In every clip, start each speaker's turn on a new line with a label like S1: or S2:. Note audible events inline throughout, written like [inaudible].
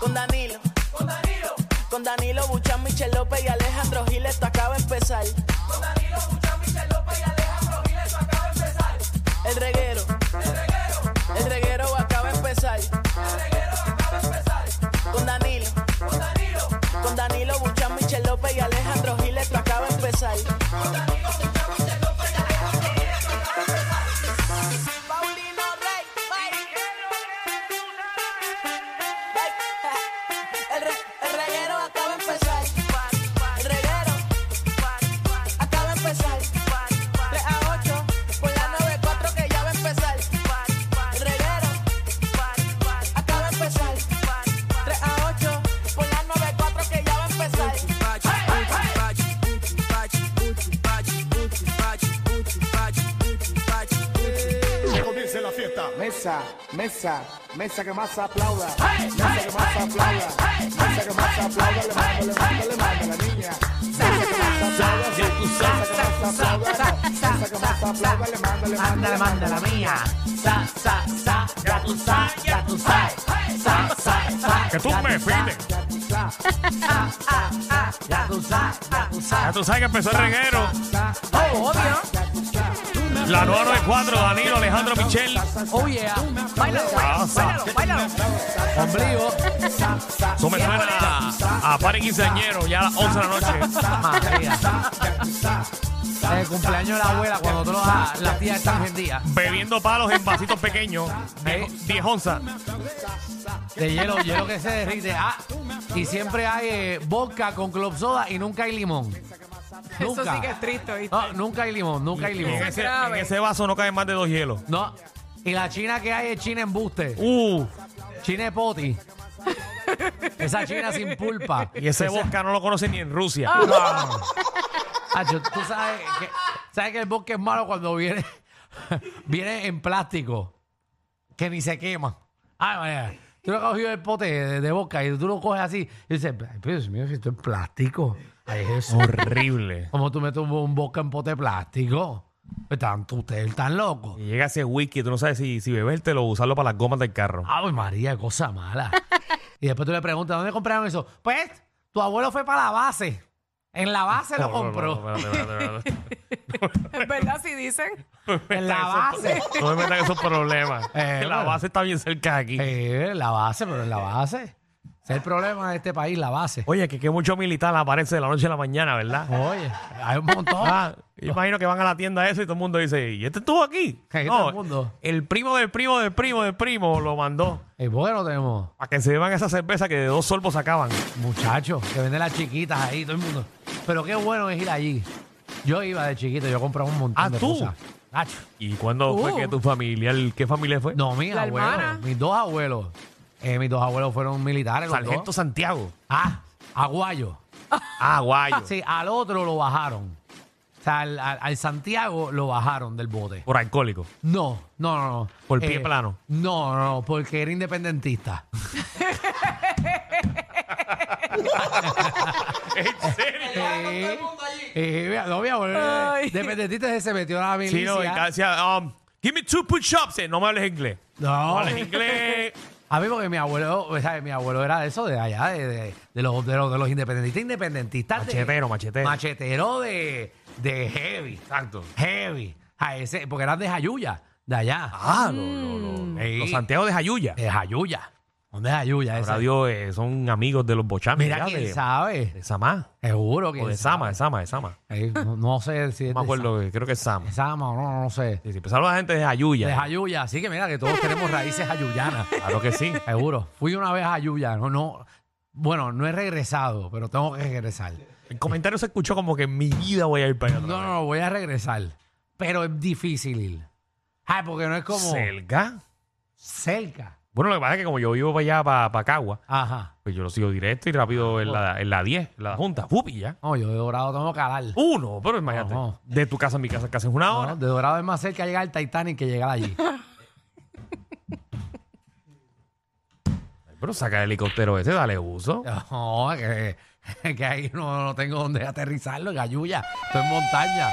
S1: Con Danilo. Con Danilo. Con Danilo Buchan, Michel López y Alejandro Gil, esto acaba de empezar. Con Danilo Buchan, Michel López y Alejandro Gil, esto acaba de empezar. El reguero. El reguero. El reguero acaba de empezar. El reguero acaba de empezar. Con Danilo. Con Danilo. Con Danilo Buchan, Michel López y Alejandro Gil, esto acaba de empezar. Con Danilo Buchan, Michel López y Alejandro Gil, esto acaba de empezar. Paulino Rey. El, re- el reguero acaba de empezar. El reguero acaba de empezar. 3 a 8 por la 94 que ya va a empezar. El reguero acaba de empezar. 3 a 8 por la 94 que ya va a empezar. Hey, hey, hey.
S2: Comience la fiesta.
S3: Mesa, mesa, mesa que más aplauda.
S1: Hey,
S3: Mesa que más
S1: hey,
S3: aplauda.
S1: hey,
S3: Mesa que más
S1: hey,
S3: aplauda. Le mando, le mando, le mando a la niña. Mesa que más aplauda. Mesa que más aplauda. Mesa que más aplauda. Le mando, le mando, le mando.
S4: Ya tú sabes. Ándale, manda la mía. Sa, sa, sa, ya tú sabes, ya tú sabes. Sa, sa, sa.
S5: Que tú
S4: ya
S5: me
S4: sabes,
S5: pides.
S3: Ya tú sabes.
S4: Ya tú sabes, ya tú
S5: Ya
S4: sabes.
S5: tú sabes que empezó el reguero.
S4: Oh, obvio.
S5: La 994, Danilo, Alejandro, Michel.
S4: Oh, yeah. Báilalo,
S5: Ah, sa.
S4: báilalo, báilalo. Ombligo.
S5: Eso me suena a, a par quinceañero, ya a las 11 de la noche.
S4: María. El cumpleaños de la abuela, cuando tú lo das, la tía está vendida.
S5: Bebiendo palos en vasitos pequeños, 10 10 onzas.
S4: De hielo, hielo que se derrite. Ah, y siempre hay eh, vodka con club soda y nunca hay limón. Nunca.
S6: Eso sí que es triste, ¿viste?
S4: No, nunca hay limón, nunca hay
S5: En
S4: limón.
S5: ese,
S6: grave.
S5: en ese vaso no caen más de dos hielos.
S4: No. Y la china que hay es china embuste,
S5: Uh,
S4: china de poti. Esa china sin pulpa.
S5: y ese vodka no lo conocen ni en Rusia.
S4: Acho, Ah, tú sabes que, sabes que el bosque es malo cuando viene, [laughs] viene en plástico, que ni se quema. Ay, María, tú lo cogido el pote de, de vodka y tú lo coges así y dices, "Ay, pero Dios mío, si esto es plástico. Ay, es
S5: Horrible.
S4: Como tú metes un, un vodka en pote de plástico. Están ustedes tan locos.
S5: Y llega ese whisky, tú no sabes si, si bebértelo o usarlo para las gomas del carro.
S4: Ay, María, cosa mala. y después tú le preguntas, ¿dónde compraron eso? Pues, tu abuelo fue para la base. En la
S5: [laughs]
S4: base lo compró.
S5: Espérate, espérate, espérate, espérate.
S6: Es verdad, si dicen.
S4: En la base.
S5: No me metan esos [laughs] problemas.
S4: Eh,
S5: la
S4: bueno.
S5: base está bien cerca de aquí.
S4: Eh, la base, pero en la base. Ese Es el problema de este país, la base.
S5: Oye, que, que mucho militar aparece de la noche a la mañana, ¿verdad?
S4: Oye, hay un montón.
S5: Ah, yo imagino que van a la tienda eso y todo el mundo dice, ¿y este estuvo aquí?
S4: Hey, todo el mundo.
S5: el primo del primo del primo del primo lo mandó
S4: Es bueno Eh, tenemos
S5: a que se beban esa cerveza que de dos sorbos sacaban.
S4: muchachos que venden las chiquitas ahí, todo el mundo. Pero qué bueno es ir allí. Yo iba de chiquito, yo compraba un montón
S5: Ah,
S4: de
S5: ¿tú?
S4: cosas. Nacho.
S5: ¿Y cuándo fue
S6: Uh.
S5: que tu familia, el- qué familia fue?
S4: No, mis
S6: La
S4: abuelos,
S6: hermana.
S4: mis dos abuelos. Eh, mis dos abuelos fueron militares. los
S5: Sargento
S4: dos.
S5: Santiago.
S4: Ah, Aguayo.
S5: Ah, guayo.
S4: Sí, al otro lo bajaron. O sea, al, al- al Santiago lo bajaron del bote.
S5: Por alcohólico.
S4: No, no, no. no.
S5: Por pie plano.
S4: No, no, no, porque era independentista.
S5: [laughs] ¿En serio?
S4: Eh, eh, vea, no, mi abuelo, eh,
S6: Ay.
S4: Independentista se metió a la milicia.
S5: Sí, no, y cada- decía, um, give me two push-ups. Eh, No me hables inglés.
S4: No.
S5: No hables [laughs] inglés.
S4: A mí porque mi abuelo, o sea, mi abuelo era de eso, de allá, de, de- de los, de, los, de los independentistas, independentistas. de-
S5: Machetero, machetero.
S4: Machetero de, de heavy.
S5: Exacto.
S4: Heavy. A ese, porque eran de Jayuya, de allá.
S5: Ah, lo- lo- lo-
S4: Sí.
S5: Eh, los Santiago de Jayuya.
S4: De Jayuya. ¿Dónde es Jayuya? ese?
S5: Ahora Dios, eh, son amigos de los bochames.
S4: Mira
S5: ya,
S4: quién
S5: de,
S4: sabe.
S5: de Samá.
S4: Seguro que
S5: O de Sama, de Sama, de Sama.
S4: no, no sé si
S5: [laughs]
S4: es
S5: No me
S4: de
S5: acuerdo, eh, creo que es Sama.
S4: Sama, Sama o no, no sé.
S5: Sí, sí, pues saludos a la gente de
S4: De
S5: Ayuya.
S4: Jayuya. Así que mira que todos tenemos raíces jayuyanas.
S5: Claro que sí.
S4: Seguro. Fui una vez a Jayuya. No, no. Bueno, no he regresado, pero tengo que regresar.
S5: El comentario se escuchó como que en mi vida voy a ir para allá.
S4: No, no, no, voy a regresar. Pero es difícil ir. Ay, porque no es como
S5: ¿Selga?
S4: cerca.
S5: Bueno, lo que pasa es que como yo vivo para allá, para, para Cagua,
S4: Ajá.
S5: pues yo lo sigo directo y
S4: Ah,
S5: rápido en la, en la 10, en la junta. ¡Fup! y ya.
S4: No, yo de Dorado tengo que calar.
S5: Uno, pero imagínate.
S4: Ajá.
S5: De tu casa a mi casa, casi es una hora.
S4: No, de Dorado es más cerca llegar al Titanic que llegar allí.
S5: Pero saca el helicóptero ese, dale uso.
S4: No, que, [laughs] que ahí no, no tengo donde aterrizarlo, en Ayuya. Estoy en montaña.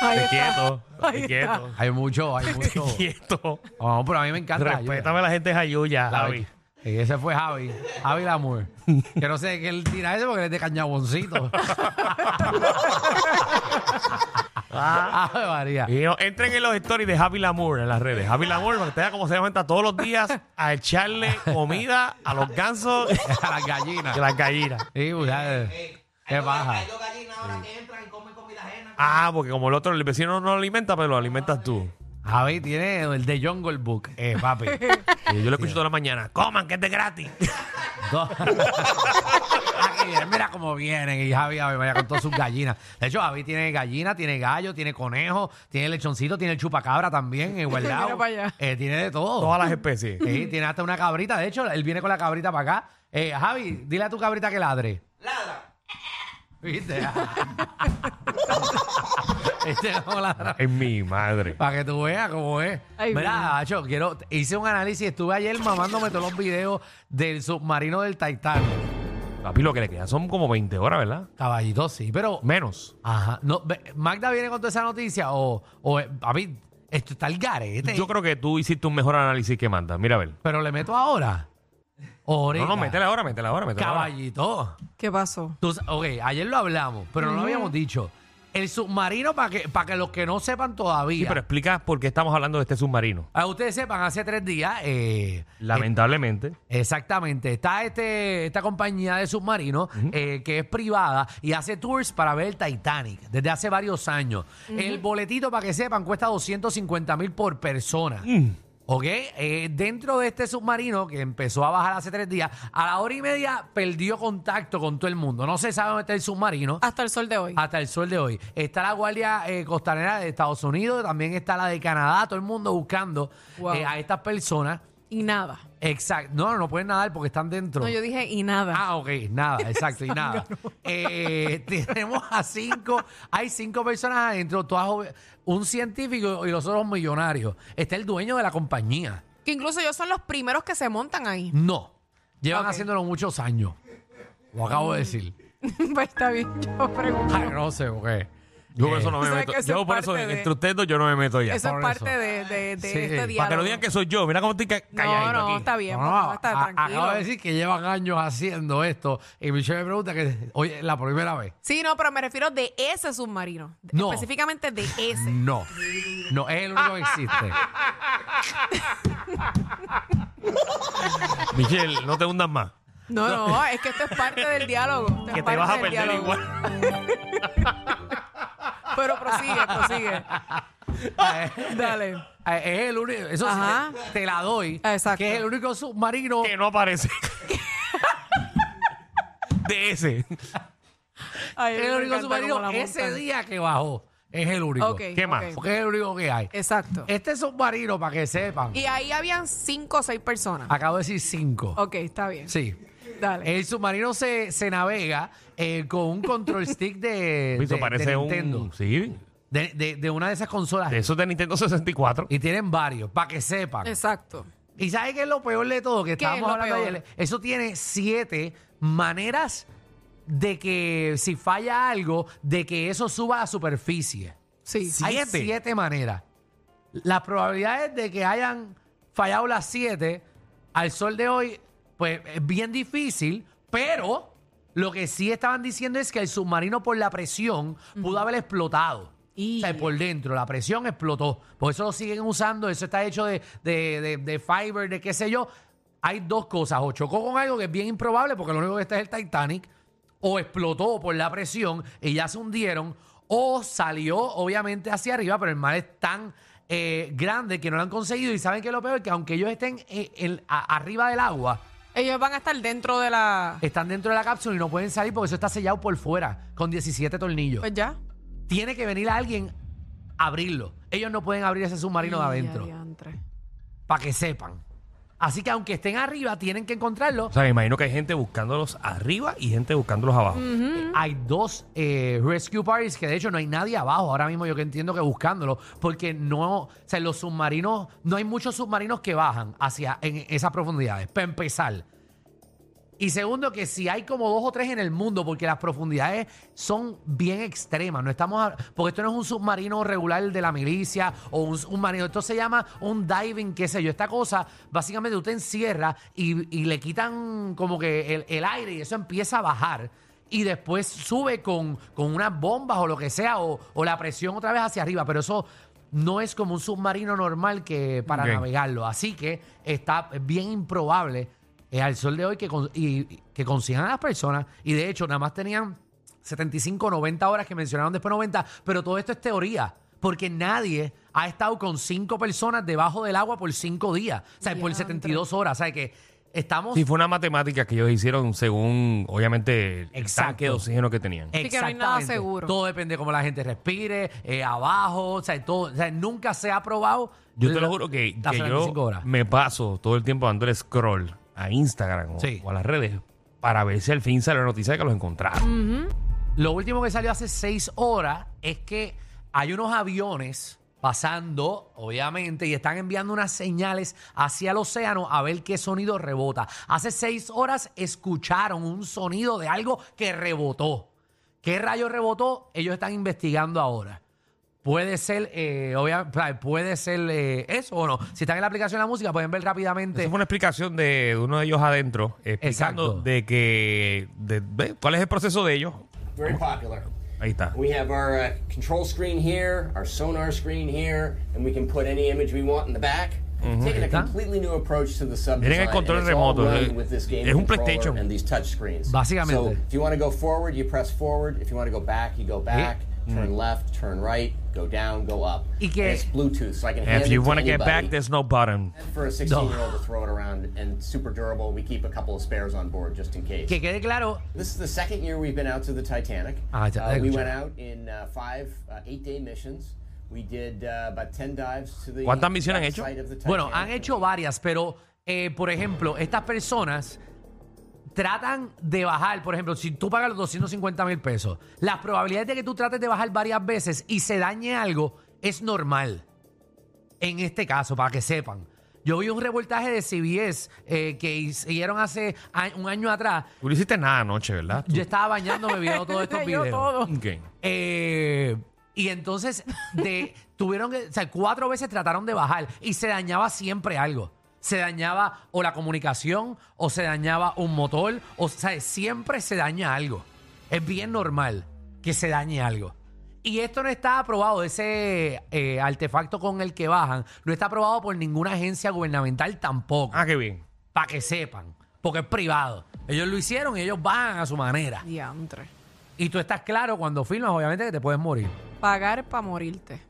S6: Ahí
S5: Te
S6: está.
S5: quieto,
S6: Ahí
S5: te
S6: está.
S5: quieto,
S4: Hay mucho, hay
S5: [laughs]
S4: mucho.
S5: te quieto. Ah,
S4: No, pero a mí me encanta. Ayuya.
S5: Respétame a la gente de Ayuya,
S4: La
S5: Javi.
S4: bell- Y ese fue Javi, Javi Lamour. Que no sé de qué él tira ese porque él es
S5: [laughs]
S4: de cañaboncito. Ave María. [laughs]
S5: Y no, entren en los stories de Javi Lamour en las redes. Javi Lamour, para que te vea cómo se levanta todos los días a echarle comida a los gansos
S4: A las gallinas.
S5: y a las gallinas.
S4: Sí, pues, ya, ¿Qué pasa?
S2: Hay dos gallinas ahora que entran y comen comida ajena.
S5: Ah, porque como el otro, el vecino no lo alimenta, pero lo alimentas tú.
S4: Javi tiene el de Jungle Book, eh,
S5: [laughs]
S4: papi.
S5: Y yo lo escucho toda la mañana. Coman, que este es gratis.
S4: Dos. Aquí vienen, mira cómo vienen. Y Javi, Javi María con todas sus gallinas. De hecho, Javi tiene gallina, tiene gallo, tiene conejo, tiene lechoncito, tiene el chupacabra también,
S6: [laughs]
S4: eh, guardado.
S6: Mira para allá.
S4: Eh, tiene de todo.
S5: Todas las [laughs] especies.
S4: Sí, tiene hasta una cabrita. De hecho, él viene con la cabrita para acá. Eh, Javi, dile a tu cabrita que ladre.
S2: Ladra.
S4: ¿Viste? [laughs] Este no ladra.
S5: Es mi madre.
S4: Para que tú veas cómo es.
S6: Ay,
S4: Mira,
S6: mira.
S4: Nacho, quiero, hice un análisis. Estuve ayer mamándome todos los videos del submarino del Titanic.
S5: Papi, lo que le queda son como 20 horas, ¿verdad?
S4: Caballito, sí, pero.
S5: Menos.
S4: Ajá. No, ve- Magda viene con toda esa noticia o. o eh, a mí, esto está el garete.
S5: Yo creo que tú hiciste un mejor análisis que manda. Mira, a ver.
S4: Pero le meto ahora.
S5: No,
S4: Ahorita.
S5: no, métela ahora, métela ahora, métela ahora.
S4: Caballito.
S6: ¿Qué pasó?
S4: Tú sa- ok, ayer lo hablamos, pero no lo habíamos dicho. El submarino, para que, para que los que no sepan todavía,
S5: Sí, pero explica por qué estamos hablando de este submarino.
S4: a ustedes sepan, hace tres días, eh,
S5: Lamentablemente.
S4: eh, exactamente, está este, esta compañía de submarinos eh, que es privada y hace tours para ver el Titanic desde hace varios años. El boletito, para que sepan, cuesta 250 mil por persona. ¿Ok? Eh, dentro de este submarino que empezó a bajar hace tres días, a la hora y media perdió contacto con todo el mundo. No se sabe dónde está el submarino.
S6: Hasta el sol de hoy.
S4: Hasta el sol de hoy. Está la Guardia eh, Costanera de Estados Unidos, también está la de Canadá, todo el mundo buscando
S6: Wow.
S4: eh, a estas personas.
S6: Y nada.
S4: Exacto. No, no, no pueden nadar porque están dentro.
S6: No, yo dije y nada.
S4: Ah, ok,
S6: [laughs]
S4: nada, exacto, y nada. Eh, [laughs] tenemos a cinco, hay cinco personas adentro, todas joven- un científico y los otros millonarios. Está el dueño de la compañía.
S6: Que incluso ellos son los primeros que se montan ahí.
S4: No, llevan
S6: Ok.
S4: haciéndolo muchos años. Lo acabo de decir.
S6: [laughs] pues está bien, yo pregunto.
S4: Ay, no sé, Eh, porque...
S5: Yo por eso no me
S6: Eso es
S5: meto.
S6: Eh. que eso
S5: Yo
S6: es
S5: por eso,
S6: parte de-
S5: entre ustedes dos, yo no me meto ya.
S6: Eso
S4: por
S6: es parte
S4: eso.
S6: de, de-
S4: Sí,
S6: de este
S4: para que
S6: diálogo.
S5: Para que no digan que soy yo. Mira cómo estoy ca-
S6: No,
S5: calladito
S6: no,
S5: aquí.
S6: está bien.
S4: No,
S6: No,
S4: no,
S6: está
S4: a-
S6: tranquilo.
S4: Acabo de decir que llevan años haciendo esto y Michelle me pregunta que, oye, la primera vez.
S6: Sí, no, pero me refiero de ese submarino. De-
S4: No.
S6: Específicamente de ese.
S4: No, no, es el único que
S6: [laughs]
S4: existe.
S5: Michelle, no te hundas más.
S6: No, no, es que esto es parte del diálogo. esto es
S5: Que te
S6: parte
S5: vas a
S6: del
S5: perder
S6: diálogo.
S5: igual. [laughs]
S6: Pero prosigue, [laughs] prosigue. Dale.
S4: Eh, Es el único, eso sí,
S6: Ajá.
S4: te- te la doy,
S6: Exacto.
S4: que es el único submarino
S5: Que no
S6: [laughs]
S5: aparece. de ese.
S6: Ay,
S4: Es el
S6: me
S4: único
S6: encanta
S4: submarino
S6: cómo la
S4: ese
S6: montan.
S4: día que bajó. Es el único.
S6: Ok,
S5: ¿Qué más?
S6: ok.
S4: Porque es el único que hay.
S6: Exacto.
S4: Este submarino, para que sepan,
S6: Y ahí habían cinco o seis personas.
S4: acabo de decir cinco.
S6: Ok, está bien.
S4: Sí.
S6: Dale.
S4: El submarino se, se navega eh, con un
S6: [laughs]
S4: control stick de, de,
S5: Eso
S4: de
S5: parece
S4: Nintendo.
S5: un. Sí.
S4: De, de- de una de esas consolas.
S5: De esos de Nintendo 64.
S4: Y tienen varios, para que sepan.
S6: Exacto.
S4: ¿Y sabes qué es lo peor de todo? Que
S6: ¿Qué es
S4: estábamos
S6: lo
S4: hablando
S6: peor?
S4: ayer. Eso tiene siete maneras de que si falla algo, de que eso suba a la superficie.
S6: Sí.
S4: Hay
S5: ¿Siete?
S4: siete maneras. Las probabilidades de que hayan fallado las siete al sol de hoy, pues es bien difícil, pero lo que sí estaban diciendo es que el submarino por la presión pudo haber explotado.
S6: Y-
S4: O sea, por dentro, la presión explotó. Por eso lo siguen usando, eso está hecho de, de, de- de fiber, de qué sé yo. Hay dos cosas, o chocó con algo que es bien improbable porque lo único que está es el Titanic, o explotó por la presión y ya se hundieron, o salió obviamente hacia arriba, pero el mar es tan eh, grande que no lo han conseguido y saben que lo peor es que aunque ellos estén eh, en- a- arriba del agua,
S6: Ellos van a estar dentro de la.
S4: están dentro de la cápsula y no pueden salir porque eso está sellado por fuera con 17 tornillos
S6: Pues ya.
S4: tiene que venir alguien a abrirlo. Ellos no pueden abrir ese submarino de
S6: Y
S4: adentro,
S6: adiantre.
S4: para que sepan. Así que aunque estén arriba, tienen que encontrarlo.
S5: O sea, me imagino que hay gente buscándolos arriba y gente buscándolos abajo.
S6: Mm.
S4: Hay dos eh, rescue parties que de hecho no hay nadie abajo ahora mismo, yo que entiendo que buscándolo, porque no, o sea, los submarinos, no hay muchos submarinos que bajan hacia en esas profundidades, para empezar. Y segundo, que si hay como dos o tres en el mundo, porque las profundidades son bien extremas. No estamos a- porque esto no es un submarino regular de la milicia o un submarino. Esto se llama un diving, qué sé yo. Esta cosa, básicamente, usted encierra y, y le quitan como que el, el aire y eso empieza a bajar. Y después sube con, con unas bombas o lo que sea, o, o la presión otra vez hacia arriba. Pero eso no es como un submarino normal que para
S5: Ok.
S4: navegarlo. Así que está bien improbable eh, al sol de hoy que, con- y- que consigan a las personas. Y de hecho, nada más tenían 75, 90 horas que mencionaron después 90, pero todo esto es teoría. Porque nadie ha estado con cinco personas debajo del agua por cinco días. O sea, por
S6: Diantre.
S4: 72 horas. O sea, que estamos...
S5: Sí, fue una matemática que ellos hicieron según, obviamente, el
S4: Exacto.
S5: tanque de oxígeno que tenían.
S6: Sí, que no hay nada
S4: Exactamente.
S6: seguro.
S4: Todo depende de cómo la gente respire, eh, abajo, o sea, todo, o sea, nunca se ha probado.
S5: Yo te lo juro que,
S4: las
S5: que
S4: 75
S5: yo
S4: horas.
S5: me paso todo el tiempo dando el scroll a Instagram o,
S4: Sí.
S5: o a las redes para ver si al fin sale la noticia de que los
S4: Mm,
S5: encontraron.
S4: Lo último que salió hace seis horas es que hay unos aviones pasando, obviamente, y están enviando unas señales hacia el océano a ver qué sonido rebota. Hace seis horas escucharon un sonido de algo que rebotó. ¿Qué rayo rebotó? Ellos están investigando ahora. Puede ser, eh, obvia- puede ser eh, eso o no. Si están en la aplicación de la música, pueden ver rápidamente.
S5: Esa fue una explicación de, de uno de ellos adentro, explicando
S4: Exacto.
S5: de que de- de- cuál es el proceso de ellos.
S7: Very popular.
S5: Ahí está.
S7: We have our uh, control screen here, our sonar screen here, and we can put any image we want in the back. Taking a
S4: Está.
S7: completely new approach to the sub
S5: Miren el
S7: design,
S5: control
S7: and it's all
S5: remoto,
S7: run
S5: eh,
S7: with this game
S5: es un
S7: controller
S5: PlayStation.
S7: And these touch screens.
S4: Básicamente.
S7: So if you want to go forward, you press forward. If you want to go back, you go back. Turn
S5: Mm.
S7: left, turn right, go down, go up.
S4: Y que-
S7: And it's Bluetooth, so I can hand
S5: If
S7: it
S5: you
S7: to
S5: want to get
S7: anybody.
S5: back, there's no button.
S7: For a 16-year-old to throw it around and super durable, we keep a couple of spares on board just in case.
S4: Que quede claro,
S7: This is the second year we've been out to the Titanic.
S4: Ah, it's-
S7: Uh, we
S4: it's-
S7: went out in uh, five, uh, eight-day missions. We did uh, about 10 dives to the
S5: ¿Cuántas misiones han
S7: back
S5: hecho?
S7: side of the
S4: Bueno,
S7: Titanic.
S4: han hecho varias, pero eh, por ejemplo, estas personas tratan de bajar, por ejemplo, si tú pagas los 250 mil pesos, las probabilidades de que tú trates de bajar varias veces y se dañe algo es normal. En este caso, para que sepan. Yo vi un reportaje de CBS eh, que hicieron hace a- un año atrás.
S5: Tú no hiciste nada anoche, ¿verdad?
S4: Yo estaba bañándome viendo
S6: [laughs]
S4: todos estos
S6: Yo
S4: videos.
S6: todo.
S5: Ok.
S4: Eh, y entonces de, tuvieron que, o sea, cuatro veces trataron de bajar y se dañaba siempre algo. Se dañaba o la comunicación, o se dañaba un motor, o sea, siempre se daña algo. Es bien normal que se dañe algo. Y esto no está aprobado, ese eh, artefacto con el que bajan, no está aprobado por ninguna agencia gubernamental tampoco
S5: Ah, qué bien.
S4: para que sepan, porque es privado. Ellos lo hicieron y ellos van a su manera.
S6: Diantre.
S4: Y tú estás claro cuando filmas, obviamente, que te puedes morir.
S6: Pagar para morirte.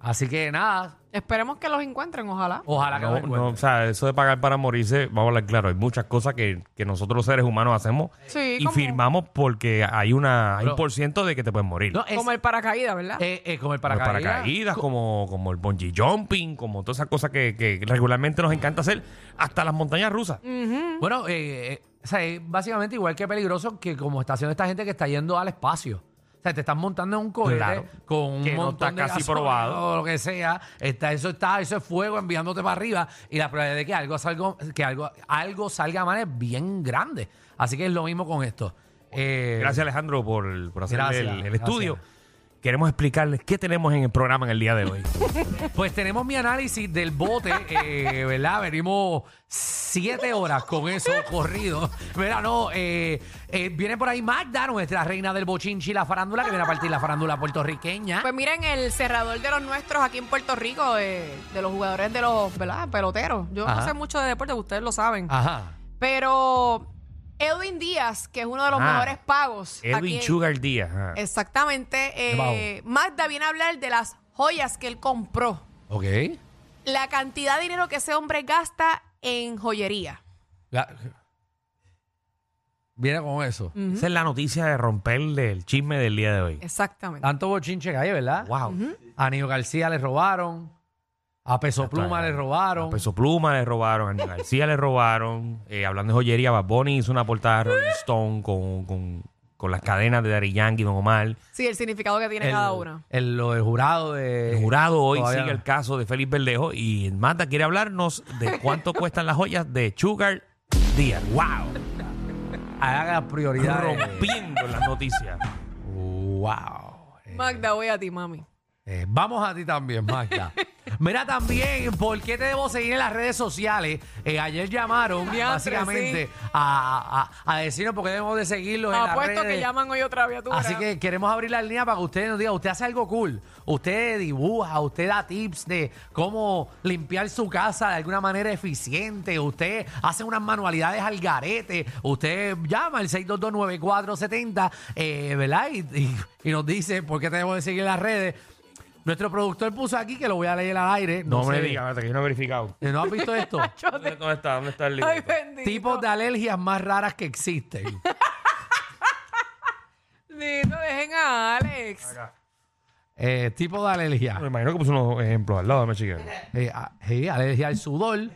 S4: Así que nada,
S6: Esperemos que los encuentren, ojalá.
S4: ojalá que
S5: No,
S4: los
S5: no, o
S4: encuentres.
S5: sea, eso de pagar para morirse, vamos a hablar claro, hay muchas cosas que, que nosotros los seres humanos hacemos
S6: Sí,
S5: y
S6: como-
S5: firmamos porque hay una hay
S4: Pero-
S5: un por ciento de que te puedes morir.
S4: No, es-
S6: Como el paracaídas, ¿verdad?
S4: eh, eh, como el
S5: Como
S4: paracaídas.
S5: paracaídas, como, como el bungee jumping, como todas esas cosas que, que regularmente nos encanta hacer, hasta las montañas rusas.
S4: Mm.
S6: Mm.
S4: Bueno, eh, eh, o sea, es básicamente igual que peligroso que como está haciendo esta gente que está yendo al espacio. O sea, te están montando en un cohete
S5: Claro.
S4: con un
S5: Que no
S4: montón
S5: está
S4: de
S5: casi
S4: gasolina
S5: probado.
S4: o lo que sea. Está, eso está, eso es fuego enviándote para arriba y la probabilidad de que algo salga, que algo, algo salga mal es bien grande. Así que es lo mismo con esto. Eh,
S5: Gracias, Alejandro, por, por hacer
S4: Gracias,
S5: el, el
S4: gracias.
S5: estudio. Queremos explicarles qué tenemos en el programa en el día de
S4: [laughs]
S5: hoy.
S4: Pues tenemos mi análisis del bote, eh, ¿verdad? Venimos siete horas con eso corrido. Mira, no, eh, eh, viene por ahí Magda, nuestra reina del bochinchi, y la farándula, que viene a partir la farándula puertorriqueña.
S6: Pues miren, el cerrador de los nuestros aquí en Puerto Rico, de, de los jugadores de los ¿verdad? peloteros. Yo
S4: Ajá. Ah.
S6: no sé mucho de deporte, ustedes lo saben.
S4: Ajá.
S6: Pero Edwin Díaz, que es uno de los
S5: Ah,
S6: mejores pagos. aquí
S5: Edwin
S6: en-
S5: Sugar Díaz. ah. ajá.
S6: Exactamente. eh, Magda viene a hablar de las joyas que él compró.
S4: Ok.
S6: La cantidad de dinero que ese hombre gasta en joyería.
S4: La- Viene con eso.
S5: Esa es la noticia de romper el chisme del día de hoy.
S6: Exactamente.
S4: Tanto bochinche que hay, ¿verdad?
S5: Wow.
S4: A Nino García le robaron. A Peso Pluma le robaron.
S5: A Peso Pluma le robaron, a Aníbal García le robaron. Eh, hablando de joyería, Bad Bunny hizo una portada de Rolling Stone con, con- con las cadenas de Dari Yankee, Don Omar.
S6: Sí, el significado que tiene
S4: El-
S6: cada una.
S4: el- lo del jurado de.
S5: El jurado hoy
S4: Todavía
S5: sigue
S4: no.
S5: el caso de Félix Verdejo [laughs] y Mata quiere hablarnos de cuánto cuestan las joyas de Sugar Díaz. ¡Wow!
S4: Haga las prioridades.
S5: rompiendo en las noticias.
S4: wow. Eh,
S6: Magda, voy a ti, mami.
S4: eh, vamos a ti también,
S6: [laughs]
S4: Magda. Mira también, ¿por qué te debo seguir en las redes sociales? Eh, ayer llamaron
S6: Diantre,
S4: básicamente a, a- a decirnos por qué debemos de seguirlos en Pues, las
S6: Apuesto que
S4: redes.
S6: llaman hoy otra vez a tu
S4: Así
S6: verás.
S4: que queremos abrir la línea para que ustedes nos digan, usted hace algo cool, usted dibuja, usted da tips de cómo limpiar su casa de alguna manera eficiente, usted hace unas manualidades al garete, usted llama al 6229470, eh, ¿verdad? Y, y- y nos dice por qué tenemos que seguir las redes. Nuestro productor puso aquí, que lo voy a leer al aire.
S5: No, me
S4: sé,
S5: digas, espérate, que yo no he verificado. pues.
S4: ¿No has visto esto?
S5: ¿Dónde, dónde está? ¿Dónde está el
S6: [laughs] Ay,
S5: libreto?
S6: bendito.
S4: Tipos de alergias más raras que existen.
S6: Bendito, dejen a Alex.
S5: Acá.
S4: Eh, tipo de alergia.
S5: Ah, Me imagino que puso unos ejemplos al lado, me chiquero.
S4: Eh, a- sí, alergia al sudor,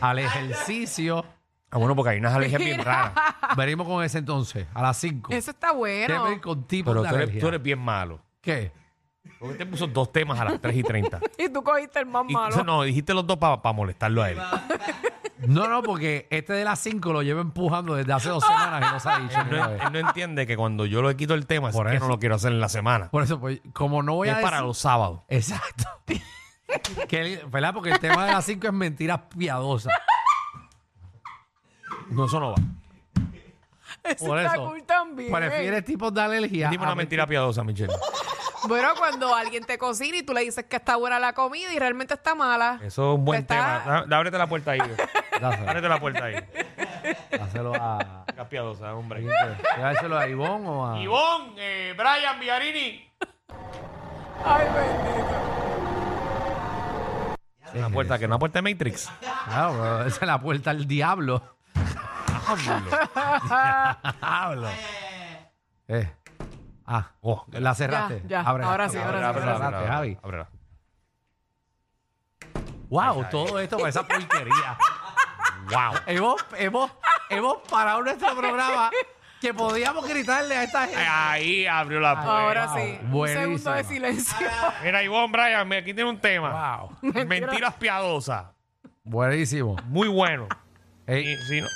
S4: al ejercicio.
S5: Ah, bueno, porque hay unas alergias bien raras.
S4: Venimos con ese entonces, a las 5.
S6: Eso está bueno.
S4: Debe ir con tipos
S5: Pero
S4: de
S5: tú eres,
S4: alergia.
S5: tú eres bien malo.
S4: ¿Qué?
S5: Porque te puso dos temas a las 3 y [laughs] 30.
S6: Y tú cogiste el más
S5: Y,
S6: malo.
S5: no, dijiste los dos para molestarlo a él.
S4: No, no, porque este de las 5 lo llevo empujando desde hace dos semanas y no se ha dicho.
S5: Él
S4: ni
S5: [laughs]
S4: una
S5: no,
S4: vez.
S5: él no entiende que cuando yo le quito el tema, es
S4: Por
S5: que
S4: eso.
S5: no lo quiero hacer en la semana.
S4: Por eso, pues, como no voy
S5: es
S4: a
S5: para
S4: decir-
S5: los sábados.
S4: Exacto. [laughs] Que él- ¿Verdad? Porque el tema de las 5 es mentiras piadosas.
S5: No, eso no va.
S6: [laughs] Eso
S4: Por
S6: está
S4: eso,
S6: cool también.
S4: Prefieres tipos de alergia.
S5: Dime
S4: a
S5: una mentira piadosa, Michelle.
S4: [laughs]
S6: Bueno, cuando alguien te cocina y tú le dices que está buena la comida y realmente está mala.
S5: Eso es un buen
S6: Pues Está-
S5: tema. Da- da- Ábrete la puerta
S6: [laughs]
S5: ahí.
S4: Dáselo,
S5: Ábrete la puerta ahí.
S4: dáselo a.
S5: Las piadosas, hombre.
S4: Dáselo a Ivonne o a.
S5: Ivonne, eh, Brian, Villarini.
S6: Ay, bendito.
S5: Una puerta que una puerta de Matrix.
S4: Claro, pero Ah, [laughs] esa es la puerta al diablo. Diablo. [laughs] Eh. Ah, oh, la cerraste.
S6: Ya, ya.
S4: Ábrela.
S6: Ahora sí, ahora sí,
S4: Ábrela,
S6: ahora sí.
S4: cerraste, Javi.
S5: ábrela.
S4: Wow, todo esto para esa porquería.
S5: Wow.
S4: hemos, hemos, hemos parado nuestro programa que podíamos gritarle a esta gente.
S5: Ahí abrió la puerta.
S6: Ahora
S4: wow,
S6: sí. Un
S4: buenísima.
S6: segundo de silencio.
S5: Mira, Ivonne, Brian, mira, aquí tiene un tema.
S4: Wow.
S5: Mentiras piadosas.
S4: Buenísimo.
S5: Muy bueno.
S4: Ey,
S5: Y si no-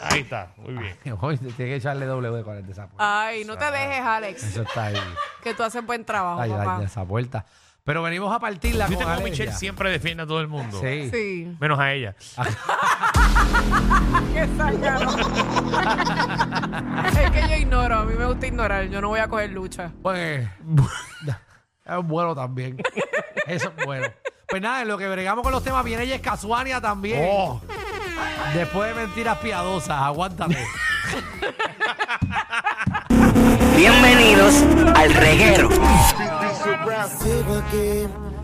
S5: Ahí está, muy bien.
S4: hoy te tiene que echarle W40 esa puerta.
S6: Ay, no te dejes, Alex.
S4: Eso está ahí.
S6: Que tú haces buen trabajo,
S4: Ah. Ay,
S6: Oh, papá.
S4: ay, esa puerta. Pero venimos a partirla con
S5: ¿Viste cómo
S4: alergia.
S5: Michelle siempre defiende a todo el mundo?
S4: Sí.
S6: Sí.
S5: Menos a ella.
S6: Qué sácalo. es que yo ignoro. A mí me gusta ignorar. Yo no voy a coger lucha.
S4: Pues es bueno también. Eso es bueno. Pues nada, en lo que bregamos con los temas viene Yes Casuania también.
S5: Oh.
S4: Después de mentiras piadosas, aguántate.
S8: Bienvenidos al reguero.
S3: Big Diesel Brown.